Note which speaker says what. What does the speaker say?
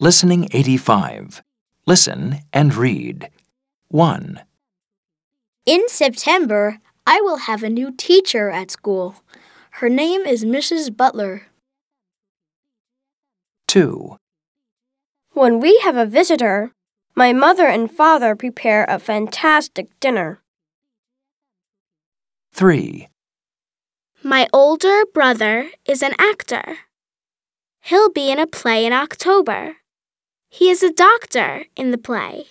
Speaker 1: Listening 85. Listen and read. 1,
Speaker 2: In September, I will have a new teacher at school. Her name is Mrs. Butler.
Speaker 1: 2,
Speaker 3: When we have a visitor, my mother and father prepare a fantastic dinner.
Speaker 1: 3,
Speaker 2: My older brother is an actor. He'll be in a play in October. He is a doctor in the play.